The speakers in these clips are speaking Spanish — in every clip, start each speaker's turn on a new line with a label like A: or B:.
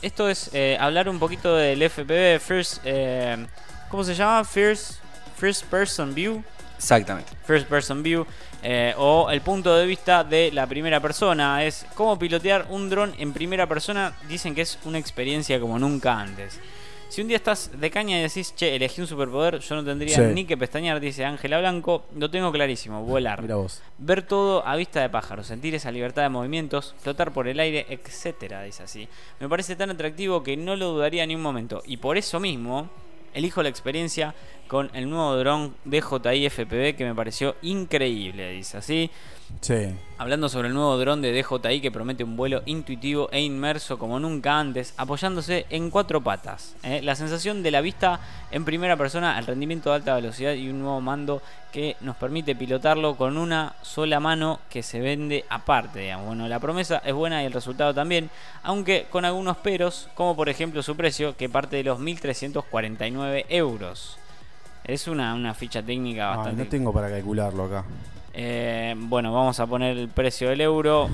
A: esto es eh, hablar un poquito del FPV, First. eh, ¿Cómo se llama? First, first Person View.
B: Exactamente.
A: First Person View. eh, o el punto de vista de la primera persona. Es cómo pilotear un dron en primera persona. Dicen que es una experiencia como nunca antes. Si un día estás de caña y decís, che, elegí un superpoder, yo no tendría
C: Sí.
A: ni que pestañear, dice Ángela Blanco. Lo tengo clarísimo, volar.
C: Mira vos.
A: Ver todo a vista de pájaro, sentir esa libertad de movimientos, flotar por el aire, etcétera, dice así. Me parece tan atractivo que no lo dudaría ni un momento. Y por eso mismo, elijo la experiencia con el nuevo dron DJI FPV que me pareció increíble, dice así.
C: Sí.
A: Hablando sobre el nuevo dron de DJI que promete un vuelo intuitivo e inmerso como nunca antes, apoyándose en cuatro patas. ¿eh? La sensación de la vista en primera persona, el rendimiento de alta velocidad y un nuevo mando que nos permite pilotarlo con una sola mano que se vende aparte. digamos. Bueno, la promesa es buena y el resultado también, aunque con algunos peros, como por ejemplo su precio, que parte de los 1.349 euros. Es una, una ficha técnica
C: Ay,
A: bastante...
C: no tengo para calcularlo acá.
A: Eh, bueno, vamos a poner el precio del euro.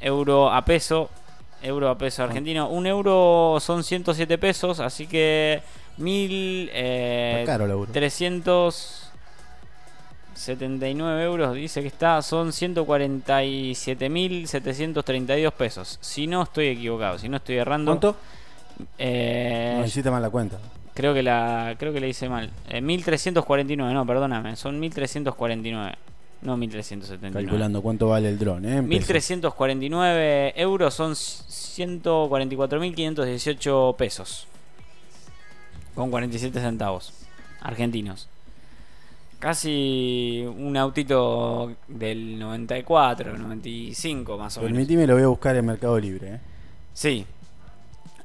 A: Euro a peso. Euro a peso argentino. Un euro son 107 pesos, así que mil eh,
C: Está caro el euro.
A: 379 euros dice que está, son 147.732 pesos. Si no estoy equivocado, si no estoy errando.
C: ¿Cuánto?
A: Eh,
C: No hiciste mal la cuenta.
A: Creo que la creo que le hice mal. Eh, 1349, no, perdóname, son 1349, no 1379.
C: Calculando cuánto vale el dron, ¿eh? En pesos.
A: 1349 euros son 144.518 pesos. Con 47 centavos argentinos. Casi un autito del 94, 95 más o menos.
C: Permitime, lo voy a buscar en Mercado Libre, ¿eh?
A: Sí.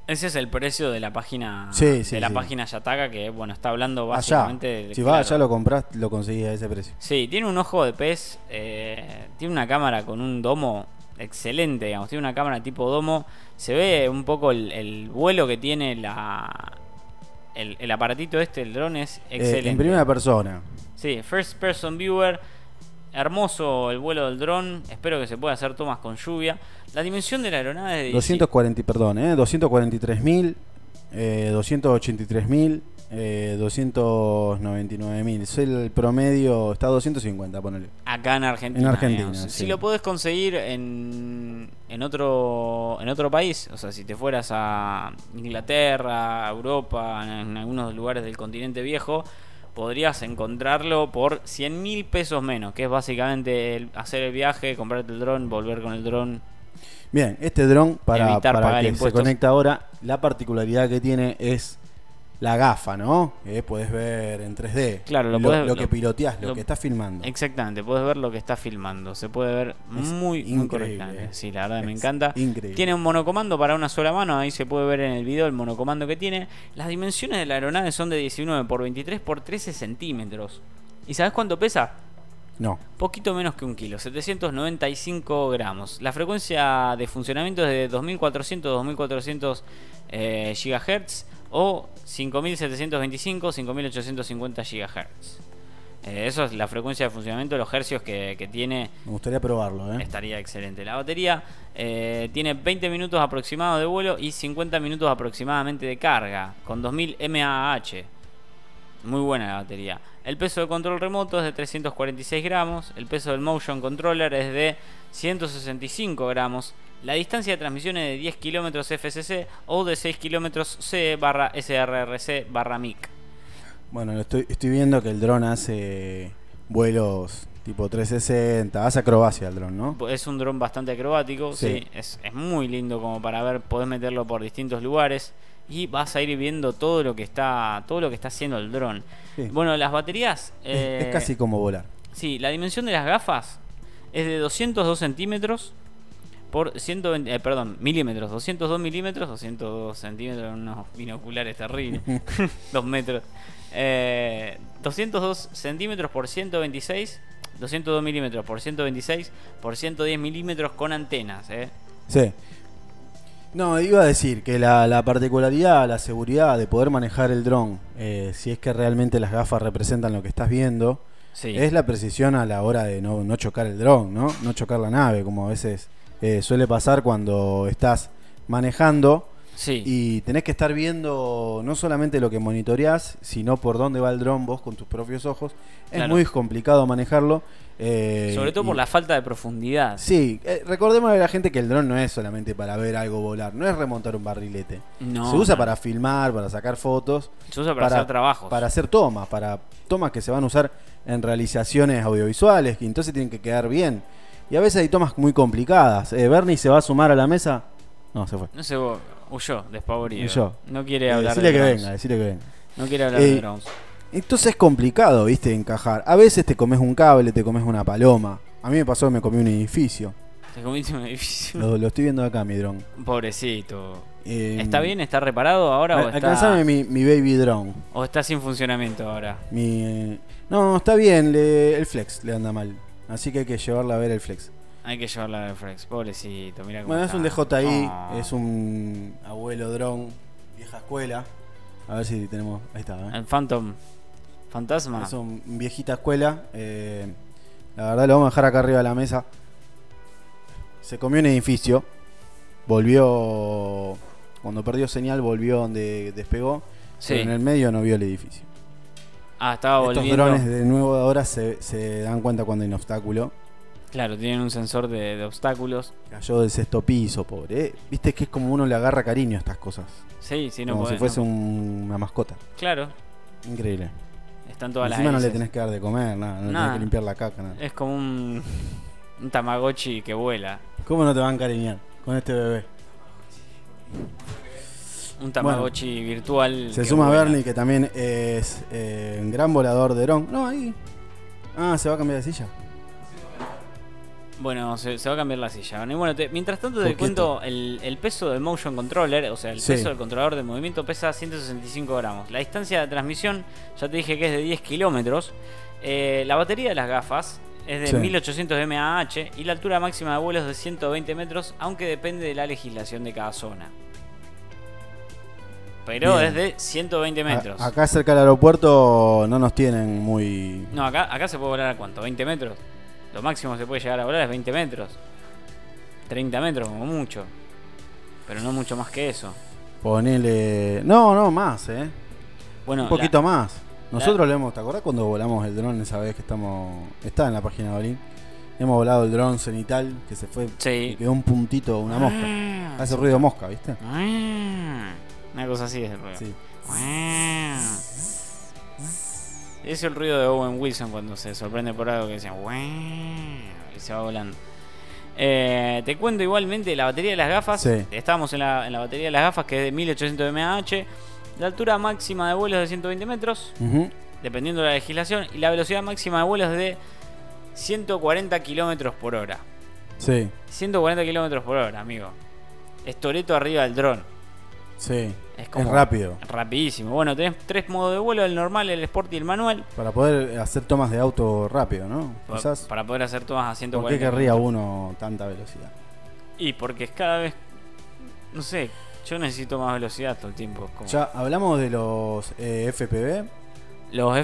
A: Ese es el precio de la página
C: Sí, sí,
A: de la
C: sí.
A: página Yataka que bueno, está hablando
C: Allá.
A: básicamente del-
C: Si vas
A: claro.
C: allá lo compras, lo conseguís a ese precio.
A: Sí, tiene un ojo de pez, eh, tiene una cámara con un domo excelente, digamos, tiene una cámara tipo domo, se ve un poco el, el vuelo que tiene la el, el aparatito este, el dron es
C: Eh,
A: excelente.
C: en primera persona.
A: Sí, first person viewer. Hermoso el vuelo del dron. Espero que se pueda hacer tomas con lluvia. La dimensión de la aeronave es de
C: 240, perdón, ¿eh? 243 mil, eh, 283 mil, eh, 299 mil. Es el promedio, está 250, ponele.
A: Acá en Argentina.
C: En Argentina,
A: digamos.
C: sí.
A: Si lo podés conseguir en, en, otro, en otro país, o sea, si te fueras a Inglaterra, a Europa, en, en algunos lugares del continente viejo, podrías encontrarlo por 100 mil pesos menos, que es básicamente el- hacer el viaje, comprarte el dron, volver con el dron.
C: Bien, este dron, para,
A: Evitar
C: para
A: pagar
C: que se
A: impuestos.
C: conecta ahora, la particularidad que tiene es la gafa, ¿no? Eh, podés ver en 3D.
A: Claro, lo
C: lo,
A: podés-
C: lo que
A: lo-
C: piloteás, lo,
A: lo-
C: que estás filmando.
A: Exactamente, puedes ver lo que está filmando, se puede ver muy, muy
C: increíble,
A: correctamente.
C: eh.
A: Sí, la verdad me
C: Es
A: encanta.
C: increíble.
A: Tiene un monocomando para una sola mano, ahí se puede ver en el video el monocomando que tiene. Las dimensiones de la aeronave son de 19 por 23 por 13 centímetros. ¿Y sabes cuánto pesa?
C: No.
A: Poquito menos que un kilo, 795 gramos. La frecuencia de funcionamiento es de 2400-2400 eh, GHz o 5725-5850 GHz. Eh, eso es la frecuencia de funcionamiento, los hercios que, que tiene
C: Me gustaría probarlo, ¿eh?
A: Estaría excelente. La batería eh, tiene 20 minutos aproximados de vuelo y 50 minutos aproximadamente de carga, con 2000 mAh. Muy buena la batería. El peso de control remoto es de 346 gramos. El peso del motion controller es de 165 gramos. La distancia de transmisión es de 10 kilómetros FCC o de 6 kilómetros CE barra SRRC barra MIC.
C: Bueno, lo estoy, estoy viendo que el dron hace vuelos tipo 360, hace acrobacia el dron, ¿no?
A: Es un dron bastante acrobático, sí,
C: Sí.
A: es, es muy lindo como para ver, podés meterlo por distintos lugares y vas a ir viendo todo lo que está, todo lo que está haciendo el dron.
C: Sí.
A: Bueno, las baterías,
C: Es-
A: eh,
C: es casi como volar.
A: sí, la dimensión de las gafas es de 202 centímetros por 120, eh, perdón, milímetros, 202 milímetros, 202 centímetros, unos binoculares terribles, 2 metros, Eh, 202 centímetros por 126, 202 milímetros por 126 por 110 milímetros con antenas, ¿eh?
C: Sí. No, iba a decir que la, la particularidad, la seguridad de poder manejar el dron, eh, si es que realmente las gafas representan lo que estás viendo,
A: Sí.
C: es la precisión a la hora de no, no chocar el dron, ¿no? No chocar la nave, como a veces eh, suele pasar cuando estás manejando
A: Sí.
C: Y tenés que estar viendo no solamente lo que monitoreás, sino por dónde va el dron vos con tus propios ojos. Es
A: Claro.
C: muy complicado manejarlo. eh,
A: Sobre todo
C: y-
A: por la falta de profundidad.
C: Sí, eh, recordemos a la gente que el dron no es solamente para ver algo volar, no es remontar un barrilete.
A: No,
C: Se usa
A: no.
C: para filmar, para sacar fotos,
A: Se usa para, hacer trabajos.
C: para hacer tomas, para tomas que se van a usar en realizaciones audiovisuales, que entonces tienen que quedar bien. Y a veces hay tomas muy complicadas. Eh, Bernie se va a sumar a la mesa. No, se fue.
A: No sé, vos, huyó, despavorido.
C: Huyó.
A: No quiere
C: Eh,
A: hablar
C: decile
A: de
C: que
A: drones.
C: venga, decile que venga.
A: No quiere hablar
C: Eh,
A: de drones.
C: Entonces es complicado, viste, encajar. A veces te comes un cable, te comes una paloma. A mí me pasó que me comí un edificio.
A: Te comiste un edificio.
C: Lo, lo estoy viendo acá, mi dron.
A: Pobrecito.
C: Eh,
A: ¿Está bien? ¿Está reparado ahora o
C: al- Alcanzame
A: está,
C: mi, mi baby drone.
A: o está sin funcionamiento ahora?
C: Mi... No, está bien, le- el flex le anda mal. Así que hay que llevarla a ver el flex.
A: Hay que llevarla al Frex. Pobrecito, mira cómo
C: Bueno, es un
A: está.
C: DJI,
A: Ah.
C: es un abuelo dron, vieja escuela. A ver si tenemos. Ahí está, ¿eh?
A: El Phantom. Fantasma.
C: Es un viejita escuela. eh, la verdad, lo vamos a dejar acá arriba de la mesa. Se comió un edificio. Volvió. Cuando perdió señal, volvió donde despegó.
A: Sí.
C: Pero en el medio no vio el edificio.
A: Ah, estaba
C: Estos
A: volviendo.
C: drones de nuevo ahora se, se dan cuenta cuando hay un obstáculo.
A: Claro, tienen un sensor de, de obstáculos.
C: Cayó del sexto piso, pobre. eh. Viste que es como uno le agarra cariño a estas cosas.
A: Sí, sí, no
C: como si
A: podés,
C: fuese
A: no.
C: un- una mascota.
A: Claro,
C: Increíble.
A: están todas
C: Encima no
A: las
C: le
A: hélices.
C: tenés que dar de comer, nada. No le
A: Nada.
C: tenés que limpiar la caca, nada.
A: Es como un, un Tamagotchi que vuela.
C: ¿Cómo no te van a encariñar con este bebé?
A: Un Tamagotchi virtual.
C: Se
A: que
C: suma
A: vuela.
C: Bernie, que también es eh, un gran volador de dron. No, ahí. Ah, se va a cambiar de silla.
A: Bueno, se, se va a cambiar la silla. Y bueno, te- mientras tanto te
C: Poquito.
A: cuento el, el peso del Motion Controller, o sea, el
C: Sí.
A: peso del controlador de movimiento pesa 165 gramos. La distancia de transmisión, ya te dije que es de 10 kilómetros. Eh, la batería de las gafas es de
C: Sí.
A: 1800 mAh y la altura máxima de vuelo es de 120 metros, aunque depende de la legislación de cada zona. Pero
C: Bien.
A: es de 120 metros.
C: A- acá cerca del aeropuerto no nos tienen muy.
A: No, acá, acá se puede volar a cuánto? ¿20 metros? Lo máximo que se puede llegar a volar es 20 metros. 30 metros como mucho. Pero no mucho más que eso.
C: Ponele. No, no, más, ¿eh?
A: Bueno,
C: un poquito
A: la-
C: más. Nosotros lo hemos. ¿Te acordás cuando volamos el dron esa vez que estamos. Está en la página de Olin. Hemos volado el dron cenital que se fue.
A: Sí.
C: y quedó un puntito, una mosca.
A: Ah,
C: Hace ruido mosca, ¿viste?
A: ah, Una cosa así es el ruido.
C: Sí.
A: Ah. Ese es el ruido de Owen Wilson cuando se sorprende por algo que decía y se va volando. Eh, te cuento igualmente la batería de las gafas.
C: Sí.
A: Estábamos en la, en la batería de las gafas que es de 1800 mAh. La altura máxima de vuelo es de 120 metros,
C: Ujú.
A: dependiendo de la legislación. Y la velocidad máxima de vuelo es de 140 kilómetros por hora.
C: Sí,
A: 140 kilómetros por hora, amigo. Es Toreto arriba del dron.
C: sí.
A: Es
C: Es,
A: como-
C: rápido.
A: Rapidísimo. Bueno, tenés tres modos de vuelo: el normal, el sport y el manual.
C: Para poder hacer tomas de auto rápido, ¿no?
A: Pa-
C: Quizás.
A: Para poder hacer todas a
C: ¿Por qué
A: 140.
C: querría uno tanta velocidad?
A: Y porque es cada vez. No sé, yo necesito más velocidad todo el tiempo. como-
C: Ya hablamos de los eh, FPV.
A: Los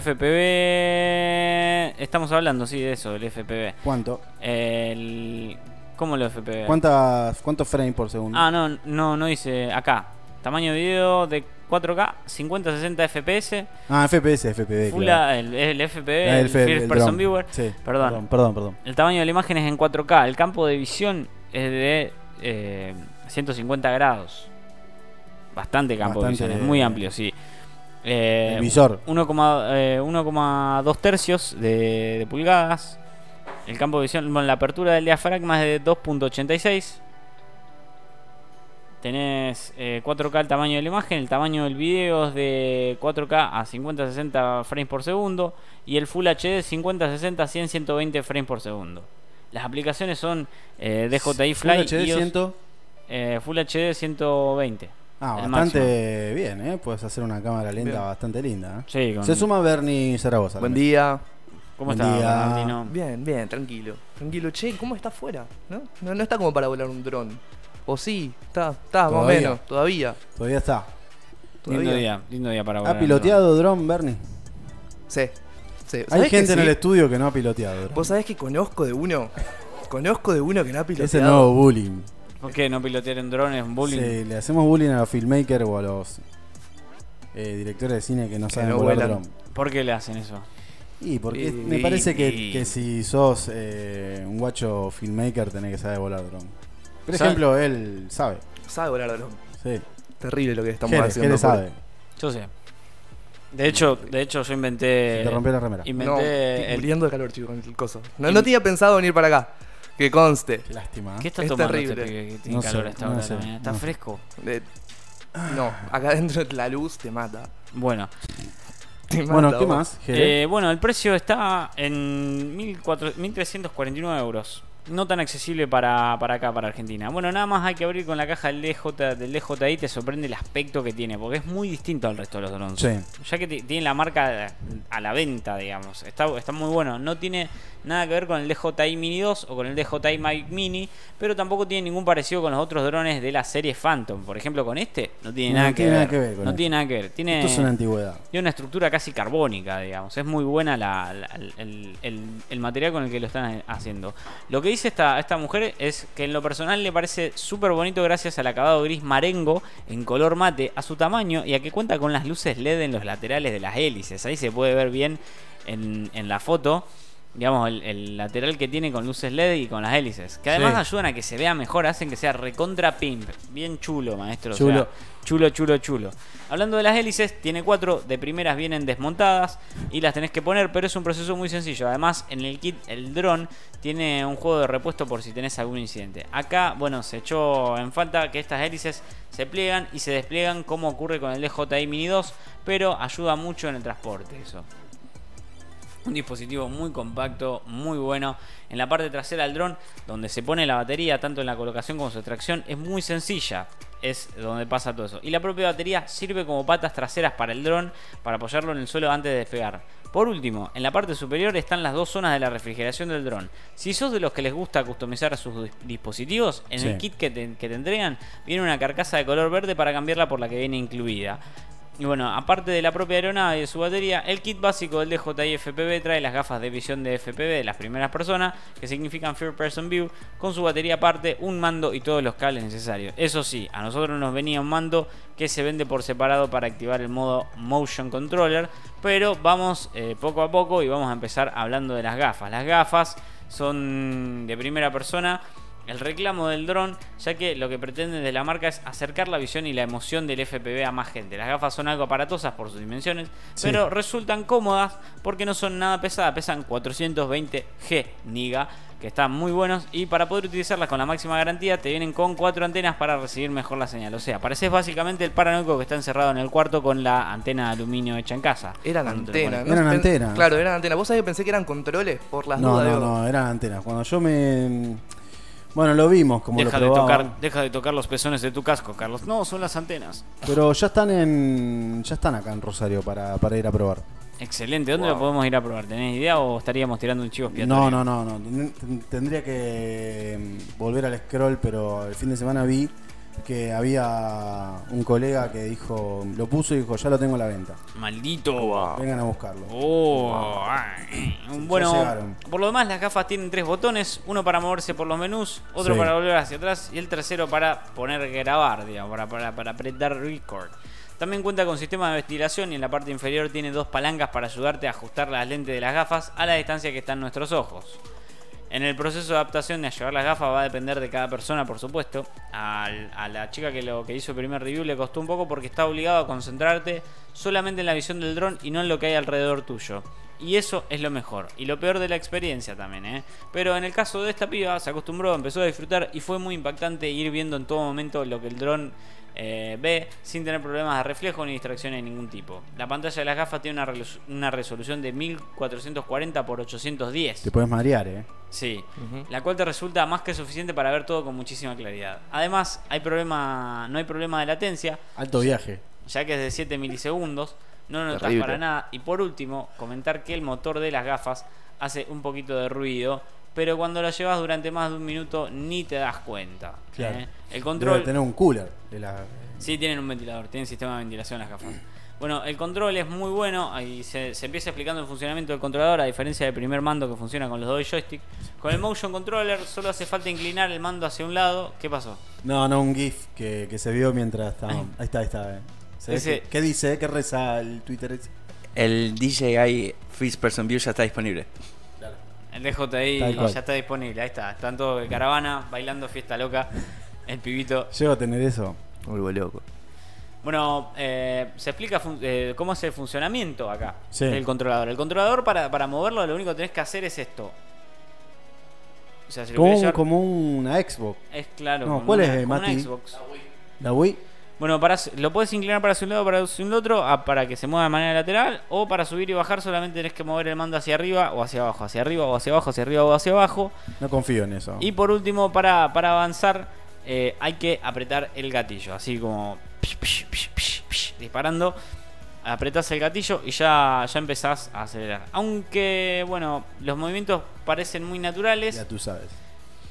A: FPV. Estamos hablando, sí, de eso, del FPV.
C: ¿Cuánto?
A: El... ¿Cómo los FPV?
C: ¿Cuántas, ¿Cuántos frames por segundo?
A: Eh. Ah, no, no, no hice. Acá. Tamaño de video de 4K, 50-60 FPS.
C: Ah, FPS, FPV.
A: Full
C: claro.
A: A- el, el FPV,
C: Ah,
A: el,
C: F-
A: Eh, First
C: el
A: Person
C: dron.
A: Viewer.
C: Sí,
A: Perdón.
C: perdón, perdón. perdón.
A: El tamaño de la imagen es en 4K. El campo de visión es de eh, 150 grados. Bastante campo
C: Bastante,
A: de visión, es muy
C: eh,
A: amplio, sí. Eh,
C: el visor.
A: 1,2 eh, 1,2 tercios de, de pulgadas. El campo de visión, bueno, la apertura del diafragma es de 2.86. Tenés eh, 4K el tamaño de la imagen, el tamaño del video es de 4K a 50-60 frames por segundo y el Full HD 50-60-100-120 frames por segundo. Las aplicaciones son eh, DJI Fly
C: Full HD
A: iOS,
C: 100.
A: eh, Full HD 120.
C: Ah,
A: el
C: bastante bien, ¿eh? Puedes hacer una cámara lenta
B: Bien.
C: bastante linda. ¿eh?
A: Sí, con-
C: Se suma Bernie Zaragoza.
B: Buen
C: también.
B: día.
A: ¿Cómo
C: Buen
A: está,
C: día.
A: Bernardino?
B: Bien, bien, tranquilo. Tranquilo, che, ¿cómo está afuera? ¿No? No, no está como para volar un dron. O sí, está, está, más o
C: Todavía.
B: menos, todavía.
C: Todavía está.
B: todavía.
A: Lindo día, lindo día para volar
C: ¿Ha
A: en
C: piloteado dron, Bernie?
B: Sí, sí.
C: Hay
B: ¿Sabés que
C: gente en
B: sí?
C: el estudio que no ha piloteado dron.
B: Vos sabés que conozco de uno. Conozco de uno que no ha piloteado.
C: Es el nuevo bullying.
A: ¿Por qué no pilotear en drones es un bullying?
C: Sí, le hacemos bullying a los filmmakers o a los eh, directores de cine que no saben
B: no
C: volar
B: vuelan.
C: dron.
A: ¿Por qué le hacen eso?
C: Y porque
B: Y-
C: me parece que,
A: y-
C: que si sos eh, un guacho filmmaker tenés que saber volar dron. Por
A: ¿Sabe?
C: ejemplo, él sabe.
B: Sabe volar dron.
C: Sí.
B: Terrible lo que estamos
C: Jere,
B: haciendo.
C: Jere sabe.
A: Yo sé. De hecho, de hecho yo inventé.
C: Te rompió la remera.
A: inventé
B: No, estoy
A: el-
B: muriendo de calor, chico, con el coso. No, no tenía pensado venir para acá. Que conste.
C: Qué lástima. ¿eh?
A: ¿Qué está
B: Es
A: tomando
B: terrible.
A: este pibe que tiene
C: No sé,
A: calor a esta
C: no
A: hora de
C: sé,
A: la mañana? Está
C: no.
A: fresco.
B: Eh, no, acá adentro la luz te mata.
A: Bueno,
B: Te
C: Bueno,
B: mata,
C: ¿qué
B: vos.
C: más, Jere?
A: eh, bueno, el precio está en 1400 1.349 euros. No tan accesible para, para acá, para Argentina. Bueno, nada más hay que abrir con la caja del, DJ, del DJI. Te sorprende el aspecto que tiene, porque es muy distinto al resto de los drones.
C: Sí.
A: Ya que ti- tiene la marca a la venta, digamos. Está, está muy bueno. No tiene nada que ver con el DJI Mini 2 o con el DJI Mavic Mini, pero tampoco tiene ningún parecido con los otros drones de la serie Phantom. Por ejemplo, con este no tiene
C: No
A: nada,
C: tiene
A: que,
C: nada
A: ver.
C: que ver con
A: No
C: este.
A: tiene nada que ver. Tiene,
C: Esto es una antigüedad.
A: tiene una estructura casi carbónica, digamos. Es muy buena la, la- el, el- el material con el que lo están haciendo. Lo que dice esta, esta mujer es que en lo personal le parece súper bonito gracias al acabado gris marengo en color mate, a su tamaño y a que cuenta con las luces LED en los laterales de las hélices. Ahí se puede ver bien en, en la foto. Digamos, el, el lateral que tiene con luces LED y con las hélices. Que además
C: Sí.
A: ayudan a que se vea mejor, hacen que sea recontra pimp. Bien chulo, maestro. o sea,
C: Chulo.
A: Chulo, chulo, chulo. Hablando de las hélices, tiene cuatro, de primeras vienen desmontadas y las tenés que poner, pero es un proceso muy sencillo. Además, en el kit, el dron tiene un juego de repuesto por si tenés algún incidente. Acá, bueno, se echó en falta que estas hélices se pliegan y se despliegan como ocurre con el DJI Mini 2, pero ayuda mucho en el transporte eso. Un dispositivo muy compacto, muy bueno. En la parte trasera del dron, donde se pone la batería, tanto en la colocación como su extracción, es muy sencilla. Es donde pasa todo eso. Y la propia batería sirve como patas traseras para el dron, para apoyarlo en el suelo antes de despegar. Por último, en la parte superior están las dos zonas de la refrigeración del dron. Si sos de los que les gusta customizar sus dis- dispositivos, en el
C: Sí.
A: kit que te, que te entregan viene una carcasa de color verde para cambiarla por la que viene incluida. Y bueno, aparte de la propia aeronave y de su batería, el kit básico del DJI FPV trae las gafas de visión de FPV de las primeras personas, que significan First Person View, con su batería aparte, un mando y todos los cables necesarios. Eso sí, a nosotros nos venía un mando que se vende por separado para activar el modo Motion Controller, pero vamos eh, poco a poco y vamos a empezar hablando de las gafas. Las gafas son de primera persona, el reclamo del dron, ya que lo que pretenden de la marca es acercar la visión y la emoción del FPV a más gente. Las gafas son algo aparatosas por sus dimensiones,
C: Sí.
A: pero resultan cómodas porque no son nada pesadas, pesan 420 G niga, que están muy buenos y para poder utilizarlas con la máxima garantía te vienen con cuatro antenas para recibir mejor la señal. O sea, pareces básicamente el paranoico que está encerrado en el cuarto con la antena de aluminio hecha en casa.
B: Eran
A: Cuando te lo
B: antenas.
A: pones.
B: ¿no?
C: Eran
B: Pen-
C: antenas.
B: Claro, eran antenas. Vos sabés que pensé que eran controles por las
C: No,
B: dudas.
C: no,
B: digo.
C: no, eran antenas. Cuando yo me. Bueno, lo vimos como
A: Deja
C: lo
A: de,
C: probaba.
A: tocar, deja de tocar los pezones de tu casco, Carlos. No, son las antenas.
C: Pero ya están en. ya están acá en Rosario para, para ir a probar.
A: Excelente, ¿dónde
B: Wow.
A: lo podemos ir a probar? ¿Tenés idea o estaríamos tirando un chivo expiatorio?
C: No, no, no, no. Ten- Tendría que mm, volver al scroll, pero el fin de semana vi que había un colega que dijo, lo puso y dijo, ya lo tengo a la venta.
A: Maldito.
C: Vengan a buscarlo.
A: Oh, ay.
C: llegaron.
A: bueno, por lo demás las gafas tienen tres botones, uno para moverse por los menús, otro
C: Sí.
A: para volver hacia atrás y el tercero para poner grabar, digamos, para, para, para apretar record. También cuenta con sistema de ventilación y en la parte inferior tiene dos palancas para ayudarte a ajustar las lentes de las gafas a la distancia que están nuestros ojos. En el proceso de adaptación de llevar las gafas va a depender de cada persona, por supuesto. Al- a la chica que lo que hizo el primer review le costó un poco porque está obligado a concentrarte solamente en la visión del dron y no en lo que hay alrededor tuyo. Y eso es lo mejor. Y lo peor de la experiencia también, ¿eh? Pero en el caso de esta piba se acostumbró, empezó a disfrutar y fue muy impactante ir viendo en todo momento lo que el dron eh, ve sin tener problemas de reflejo ni distracciones de ningún tipo. La pantalla de las gafas tiene una, relu- una resolución de 1440 x 810.
C: Te puedes marear, eh.
A: Sí,
B: Ujú.
A: la cual te resulta más que suficiente para ver todo con muchísima claridad. Además, hay problema, no hay problema de latencia,
C: Alto viaje.
A: ya que es de 7 milisegundos, no notas
B: Terrible.
A: para nada. Y por último, comentar que el motor de las gafas hace un poquito de ruido, pero cuando lo llevas durante más de un minuto ni te das cuenta.
C: Claro.
A: ¿eh? El
C: Debe
A: control
C: tener un cooler. De la...
A: Sí, tienen un ventilador, tienen sistema de ventilación las gafas. Bueno, el control es muy bueno. Ahí se, se empieza explicando el funcionamiento del controlador, a diferencia del primer mando que funciona con los dos joysticks. Con el motion controller solo hace falta inclinar el mando hacia un lado. ¿Qué pasó?
C: No, no, un GIF que, que se vio mientras estábamos. Ahí está, ahí está. eh. Se ve
A: Ese-
C: que- ¿Qué dice? ¿Qué reza el Twitter? ese?
D: El DJI First Person View ya está disponible.
A: El DJI
C: Tal
A: ya
C: cual.
A: está disponible. Ahí está. Están todos de caravana, bailando fiesta loca. El pibito.
C: Llego a tener eso.
B: Me vuelvo loco.
A: Bueno, eh, se explica fun- eh, cómo es el funcionamiento acá
C: Sí.
A: del controlador. El controlador, para, para moverlo, lo único que tenés que hacer es esto. O sea, si lo
C: Como,
A: querés
C: un-
A: llevar-
C: como una Xbox.
A: Es claro.
C: No,
A: con
C: ¿cuál
A: una-
C: es,
A: con una
C: Mati?
A: Xbox.
C: La Wii.
A: Bueno, para, lo puedes inclinar para hacia un lado o para hacia un otro, a- para que se mueva de manera lateral, o para subir y bajar solamente tenés que mover el mando hacia arriba o hacia abajo, hacia arriba o hacia abajo, hacia arriba o hacia abajo.
C: No confío en eso.
A: Y por último, para, para avanzar, eh, hay que apretar el gatillo, así como pish, pish, pish, pish, pish, disparando. Apretás el gatillo y ya, ya empezás a acelerar. Aunque, bueno, los movimientos parecen muy naturales
C: Ya tú sabes.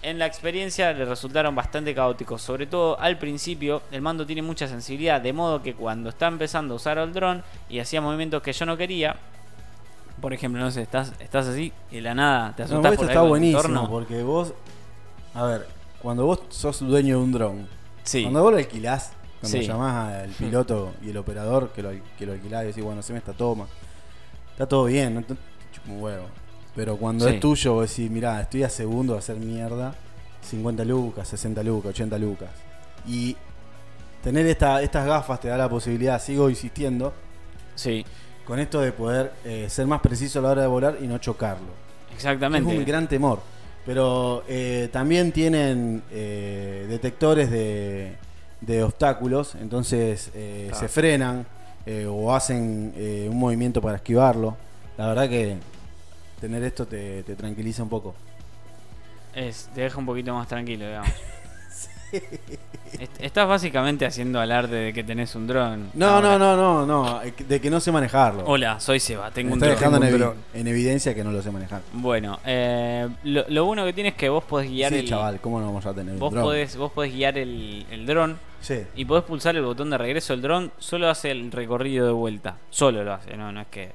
A: en la experiencia le resultaron bastante caóticos, sobre todo al principio. El mando tiene mucha sensibilidad, de modo que cuando está empezando a usar el dron y hacía movimientos que yo no quería, por ejemplo, no sé, estás, estás así y de la nada te
C: No,
A: asustás
C: pero esto
A: por
C: está
A: algo del
C: buenísimo
A: entorno.
C: porque vos. A ver, cuando vos sos dueño de un dron,
A: Sí,
C: cuando vos lo alquilás, cuando
A: Sí. Mm.
C: llamás al piloto y el operador que lo, al- que lo alquilás y decís, bueno, haceme esta toma, está todo bien, no te te chupa un huevo. Pero cuando
A: Sí.
C: es tuyo, vos decís, mirá, estoy a segundo de hacer mierda, 50 lucas, 60 lucas, 80 lucas. Y tener esta- estas gafas te da la posibilidad, sigo insistiendo,
A: sí,
C: con esto de poder eh, ser más preciso a la hora de volar y no chocarlo. Es
A: exactamente.
C: un gran temor. Pero eh, también tienen eh, detectores de, de obstáculos, entonces eh,
B: Ah.
C: se frenan eh, o hacen eh, un movimiento para esquivarlo. La verdad que tener esto te, te tranquiliza un poco.
A: Es- te deja un poquito más tranquilo, digamos. Est- Estás básicamente haciendo alarde de que tenés un dron.
C: No,
A: ahora.
C: no, no, no, no, eh, de que no sé manejarlo.
A: Ah, Hola, soy Seba, tengo
C: Me
A: un
C: está
A: dron.
C: dejando en,
B: Tengo un
C: evi- en evidencia que no lo sé manejar.
A: Bueno, eh, lo, lo bueno que tienes es que vos podés guiar
C: Sí,
A: el,
C: chaval, ¿cómo no vamos a tener
A: Vos
C: un dron?
A: podés, vos podés guiar el, el dron
C: Sí.
A: y podés pulsar el botón de regreso. El dron solo hace el recorrido de vuelta. Solo lo hace, no, no es que.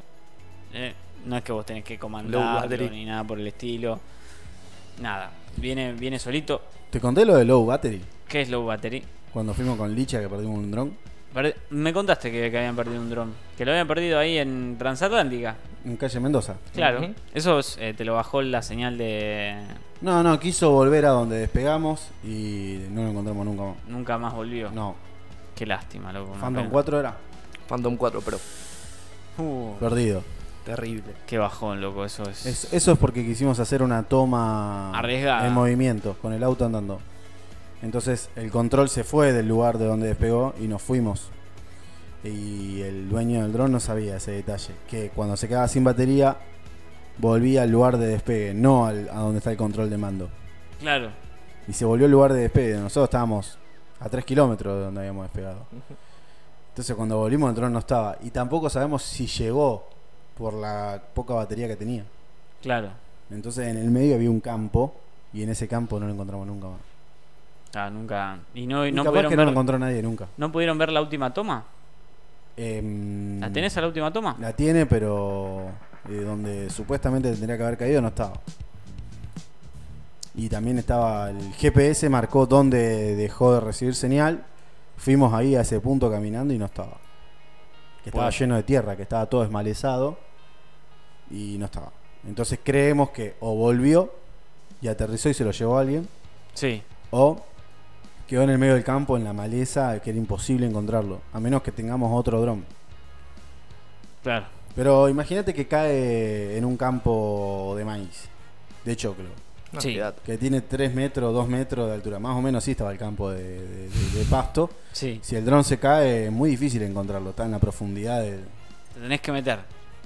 A: eh, no es que vos tenés que comandarlo
B: battery.
A: ni nada por el estilo. Nada. Viene, viene solito.
C: ¿Te conté lo de Low Battery?
A: ¿Qué es Low Battery?
C: Cuando fuimos con Licha que perdimos un dron.
A: Perd- Me contaste que, que habían perdido un dron. Que lo habían perdido ahí en Transatlántica.
C: En calle Mendoza.
A: Claro.
B: Ujú.
A: Eso es, eh, te lo bajó la señal de.
C: No, no, quiso volver a donde despegamos y no lo encontramos nunca más.
A: Nunca más volvió.
C: No,
A: Qué lástima, loco. una
C: Phantom
A: pena.
C: 4 era
B: Phantom 4 Pro.
A: Uh,
C: perdido.
B: Terrible.
A: qué bajón, loco. Eso es.
C: Es- eso es porque quisimos hacer una toma
A: Arriesgada.
C: en movimiento, con el auto andando. Entonces el control se fue del lugar de donde despegó y nos fuimos. Y el dueño del dron no sabía ese detalle, que cuando se quedaba sin batería volvía al lugar de despegue, no al- a donde está el control de mando.
A: Claro.
C: Y se volvió el lugar de despegue. Nosotros estábamos a 3 kilómetros de donde habíamos despegado. Entonces cuando volvimos el dron no estaba. Y tampoco sabemos si llegó por la poca batería que tenía.
A: Claro.
C: Entonces en el medio había un campo y en ese campo no lo encontramos nunca más.
A: Ah, nunca. Y no,
C: Y
A: no,
C: capaz
A: pudieron
C: que
A: ver,
C: no
A: no,
C: lo encontró nadie nunca.
A: pudieron ver la última toma.
C: Em,
A: ¿La tenés a la última toma?
C: La tiene, pero eh, donde supuestamente tendría que haber caído no estaba. Y también estaba el GPS, marcó dónde dejó de recibir señal. Fuimos ahí a ese punto caminando y no estaba. Que estaba
A: Bueno.
C: lleno de tierra, que estaba todo esmalezado y no estaba. Entonces creemos que o volvió y aterrizó y se lo llevó a alguien,
A: Sí.
C: o quedó en el medio del campo, en la maleza, que era imposible encontrarlo, a menos que tengamos otro dron.
A: Claro.
C: Pero imagínate que cae en un campo de maíz, de choclo,
B: No,
A: Sí.
B: quedate.
C: que tiene 3 metros, 2 metros de altura, más o menos así estaba el campo de, de- de- de pasto.
A: Sí.
C: Si el dron se cae, es muy difícil encontrarlo, está en la profundidad de...
A: Te tenés que meter.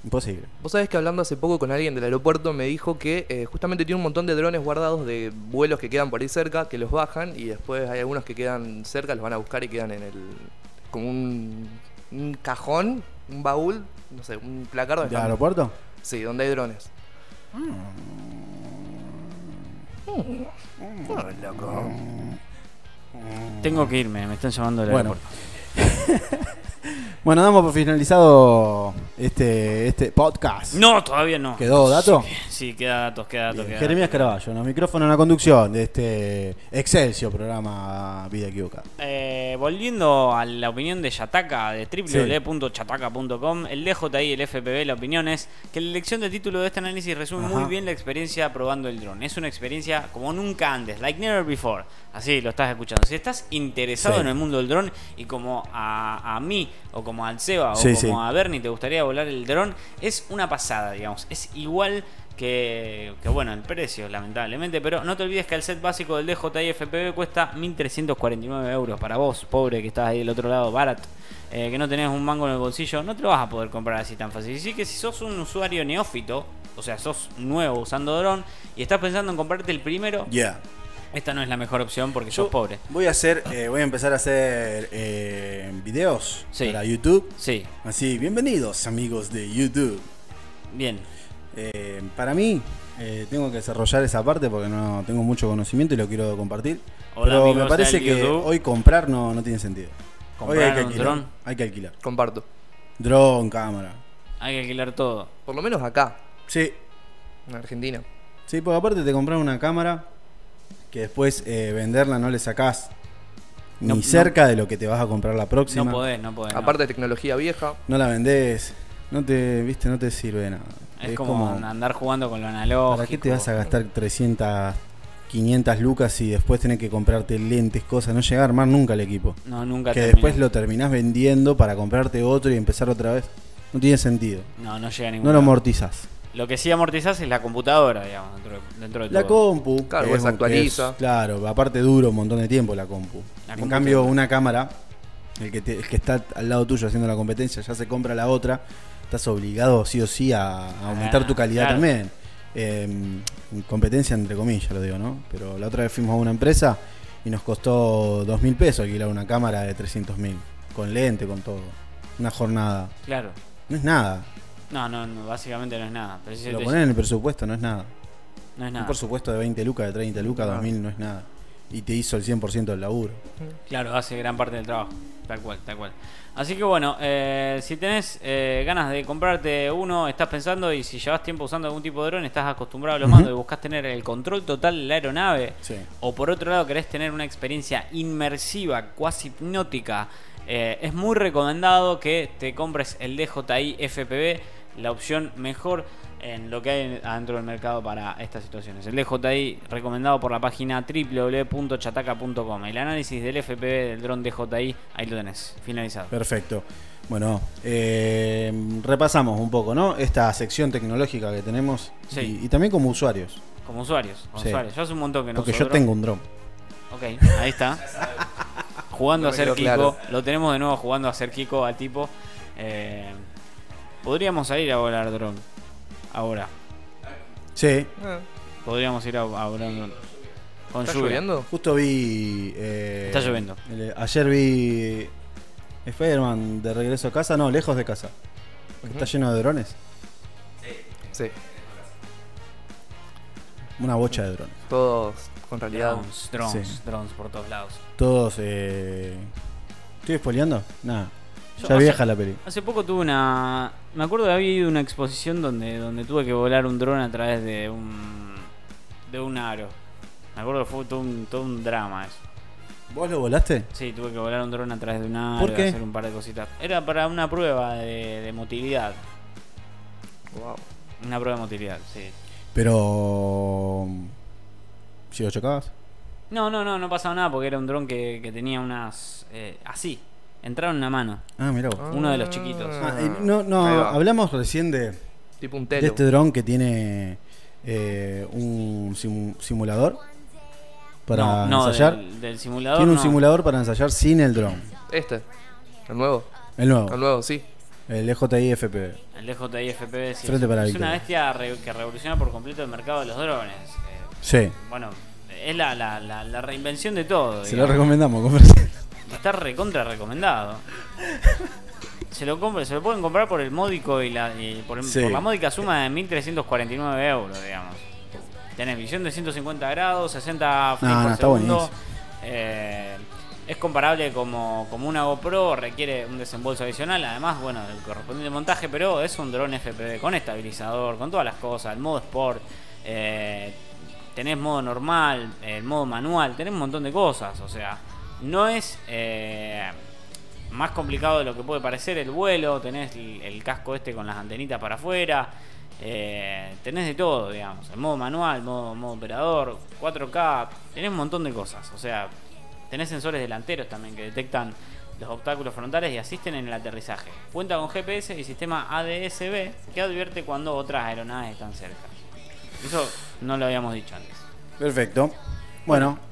C: Imposible.
B: Vos sabés que hablando hace poco con alguien del aeropuerto me dijo que eh, justamente tiene un montón de drones guardados de vuelos que quedan por ahí cerca, que los bajan y después hay algunos que quedan cerca, los van a buscar y quedan en el. como un, un cajón, un baúl, no sé, un placar
C: ¿De
B: donde están-
C: aeropuerto?
B: Sí, donde hay drones. Mm. Oh, loco.
A: Tengo que irme, me están llamando del
C: Bueno,
A: aeropuerto.
C: Bueno, damos por finalizado este, este podcast.
A: No, todavía no.
C: ¿Quedó dato?
A: Sí, queda datos, queda datos.
C: Bien,
A: queda
C: Eh, Jeremías
A: datos.
C: Caraballo, en los micrófonos en la conducción de este excelso programa Vida Equivocada.
A: Eh, volviendo a la opinión de Yataka de www.chataka.com, el DJI y el FPV, la opinión es que la elección de título de este análisis resume
C: Ajá.
A: muy bien la experiencia probando el dron. Es una experiencia como nunca antes, like never before. Así lo estás escuchando. Si estás interesado
C: Sí.
A: en el mundo del dron y como a, a mí o como al Seba o
C: Sí,
A: como
C: sí.
A: a Bernie te gustaría volar el dron, es una pasada, digamos. Es igual que, que, bueno, el precio, lamentablemente. Pero no te olvides que el set básico del DJI FPV cuesta 1.349 euros. Para vos, pobre, que estás ahí del otro lado, barato. eh, que no tenés un mango en el bolsillo, no te lo vas a poder comprar así tan fácil. Así que si sos un usuario neófito, o sea, sos nuevo usando dron y estás pensando en comprarte el primero,
C: Yeah.
A: esta no es la mejor opción porque sos pobre.
C: Voy a hacer, eh, voy a empezar a hacer eh, videos
A: Sí.
C: para YouTube.
A: Sí,
C: Así, bienvenidos amigos de YouTube.
A: bien.
C: Eh, para mí, eh, tengo que desarrollar esa parte porque no tengo mucho conocimiento y lo quiero compartir.
A: Hola,
C: Pero me
A: amigos
C: parece
A: del
C: que
A: YouTube.
C: hoy comprar no, no tiene sentido. Hoy
A: Comprar
C: hay que
A: un
C: alquilar.
A: dron.
C: Hay que alquilar.
B: Comparto.
C: Dron, cámara.
A: Hay que alquilar todo.
B: Por lo menos acá,
C: Sí,
B: en Argentina.
C: Sí, porque aparte te compras una cámara que después eh, venderla no le sacás
A: No-
C: ni
A: no-
C: cerca de lo que te vas a comprar la próxima.
A: No podés, no podés. no.
B: Aparte de tecnología vieja, Eh,
C: No la vendés, no te, viste, no te sirve de nada.
A: Es, como, andar jugando con lo analógico.
C: ¿para qué te vas a gastar 300, 500 lucas y después tenés que comprarte lentes, cosas, no llegar a armar nunca el equipo?
A: No, nunca
C: Que
A: termina.
C: después lo terminás vendiendo para comprarte otro y empezar otra vez. No tiene sentido.
A: No, no llega a ningún
C: No lo
A: lado.
C: amortizás.
A: Lo que sí amortizás es la computadora, digamos, dentro de, dentro de
C: La
A: todo.
C: compu.
B: Claro,
C: que
B: pues
C: es un-
B: se
C: que es-
B: actualiza.
C: claro, aparte dura un montón de tiempo la compu.
A: La
C: en
A: compu
C: cambio,
A: tiene-
C: una cámara, el que, te- el que está al lado tuyo haciendo la competencia, ya se compra la otra, estás obligado sí o sí a, a aumentar
A: Ah,
C: tu calidad
A: claro.
C: también. Eh, competencia entre comillas, lo digo, ¿no? Pero la otra vez fuimos a una empresa y nos costó dos mil pesos alquilar una cámara de 300 mil, con lente, con todo. Una jornada.
A: Claro.
C: No es nada.
A: No, no, no, básicamente no es nada. Pero si se
C: Lo
A: te-
C: ponen en el presupuesto, no es nada.
A: No es
C: Un
A: nada.
C: presupuesto de 20 lucas, de 30 lucas, 2000 no es nada. Y te hizo el 100% del laburo.
A: Claro, hace gran parte del trabajo. Tal cual, tal cual. Así que bueno, eh, si tenés eh, ganas de comprarte uno, estás pensando y si llevas tiempo usando algún tipo de dron, estás acostumbrado a los mandos y buscas tener el control total de la aeronave,
C: Sí.
A: o por otro lado querés tener una experiencia inmersiva, cuasi hipnótica, eh, es muy recomendado que te compres el DJI FPV, la opción mejor en lo que hay adentro del mercado para estas situaciones. El DJI recomendado por la página www.chataca.com. El análisis del FPV del dron DJI, ahí lo tenés, finalizado.
C: Perfecto. Bueno, eh, repasamos un poco, ¿no? Esta sección tecnológica que tenemos.
A: Sí.
C: Y, y también como usuarios.
A: Como usuarios, como
C: Sí.
A: usuarios. Yo hace un montón que no
C: porque
A: uso
C: yo
A: dron.
C: tengo un dron.
A: Ok, ahí está. jugando a
B: Me
A: ser
B: quedó
A: Kiko.
B: claro.
A: Lo tenemos de nuevo jugando a ser Kiko al tipo. Eh, podríamos salir a volar dron. Ahora.
C: Sí.
B: eh,
A: Podríamos ir a, a volar dron. Con
B: ¿está
A: lluvia.
B: lloviendo?
C: Justo vi. eh,
A: Está lloviendo.
C: el- ayer vi. eh, Spider-Man de regreso a casa, no, lejos de casa. Que Está lleno de drones.
B: Sí,
C: Una bocha de drones.
B: todos con realidad.
A: Drones, drones,
C: Sí.
A: drones por todos lados.
C: Todos. eh, ¿Estoy espoleando? Nada.
A: Yo-
C: Ya
A: o sea-
C: vieja la peli.
A: Hace poco tuve una. Me acuerdo que había ido a una exposición donde, donde tuve que volar un dron a través de un. de un aro. Me acuerdo que fue todo un, todo un drama eso.
C: ¿Vos lo volaste?
A: Sí, tuve que volar un dron a través de una
C: ¿Por qué?
A: hacer un par de cositas. Era para una prueba de, de motilidad.
B: Wow.
A: Una prueba de motilidad, sí.
C: Pero. Si lo chocabas.
A: No, no, no, no pasaba nada porque era un dron que, que tenía unas. eh, así. Entraron en una mano.
C: Ah, mirá vos.
A: Uno de los chiquitos.
C: Ah, eh, no, no,
B: Ahí va.
C: hablamos recién de,
B: Tipo un
C: de
B: telo.
C: este dron que tiene eh, un simu- simulador
A: no,
C: para
A: no,
C: ensayar.
A: Del, del simulador.
C: tiene un
A: no.
C: simulador para ensayar sin el dron.
B: Este. El nuevo.
C: El nuevo,
B: El nuevo, sí.
C: el EJI FPV.
A: El DJI FPV sí,
C: Frente
A: es-
C: para
A: es
C: Víctor.
A: una bestia re- que revoluciona por completo el mercado de los drones. Eh,
C: Sí,
A: bueno, es la, la, la, la reinvención de todo.
C: se lo
A: digamos.
C: recomendamos. comprarse.
A: Está recontra recomendado. Se lo compre, se lo pueden comprar por el módico y la y por,
C: Sí.
A: por la módica suma de 1.349 euros, digamos. Tenés visión de 150 grados, 60 frames
C: no,
A: por
C: está
A: segundo.
C: buenísimo.
A: Eh, Es comparable como, como una GoPro, requiere un desembolso adicional, además, bueno, el correspondiente montaje, pero es un dron FPV con estabilizador, con todas las cosas, el modo sport, eh, tenés modo normal, el modo manual, tenés un montón de cosas, o sea, no es eh, más complicado de lo que puede parecer el vuelo, tenés el, el casco este con las antenitas para afuera, eh, tenés de todo, digamos, el modo manual, modo, modo operador, 4K, tenés un montón de cosas, o sea, tenés sensores delanteros también que detectan los obstáculos frontales y asisten en el aterrizaje. Cuenta con GPS y sistema ADSB que advierte cuando otras aeronaves están cerca. Eso no lo habíamos dicho antes.
C: Perfecto. Bueno,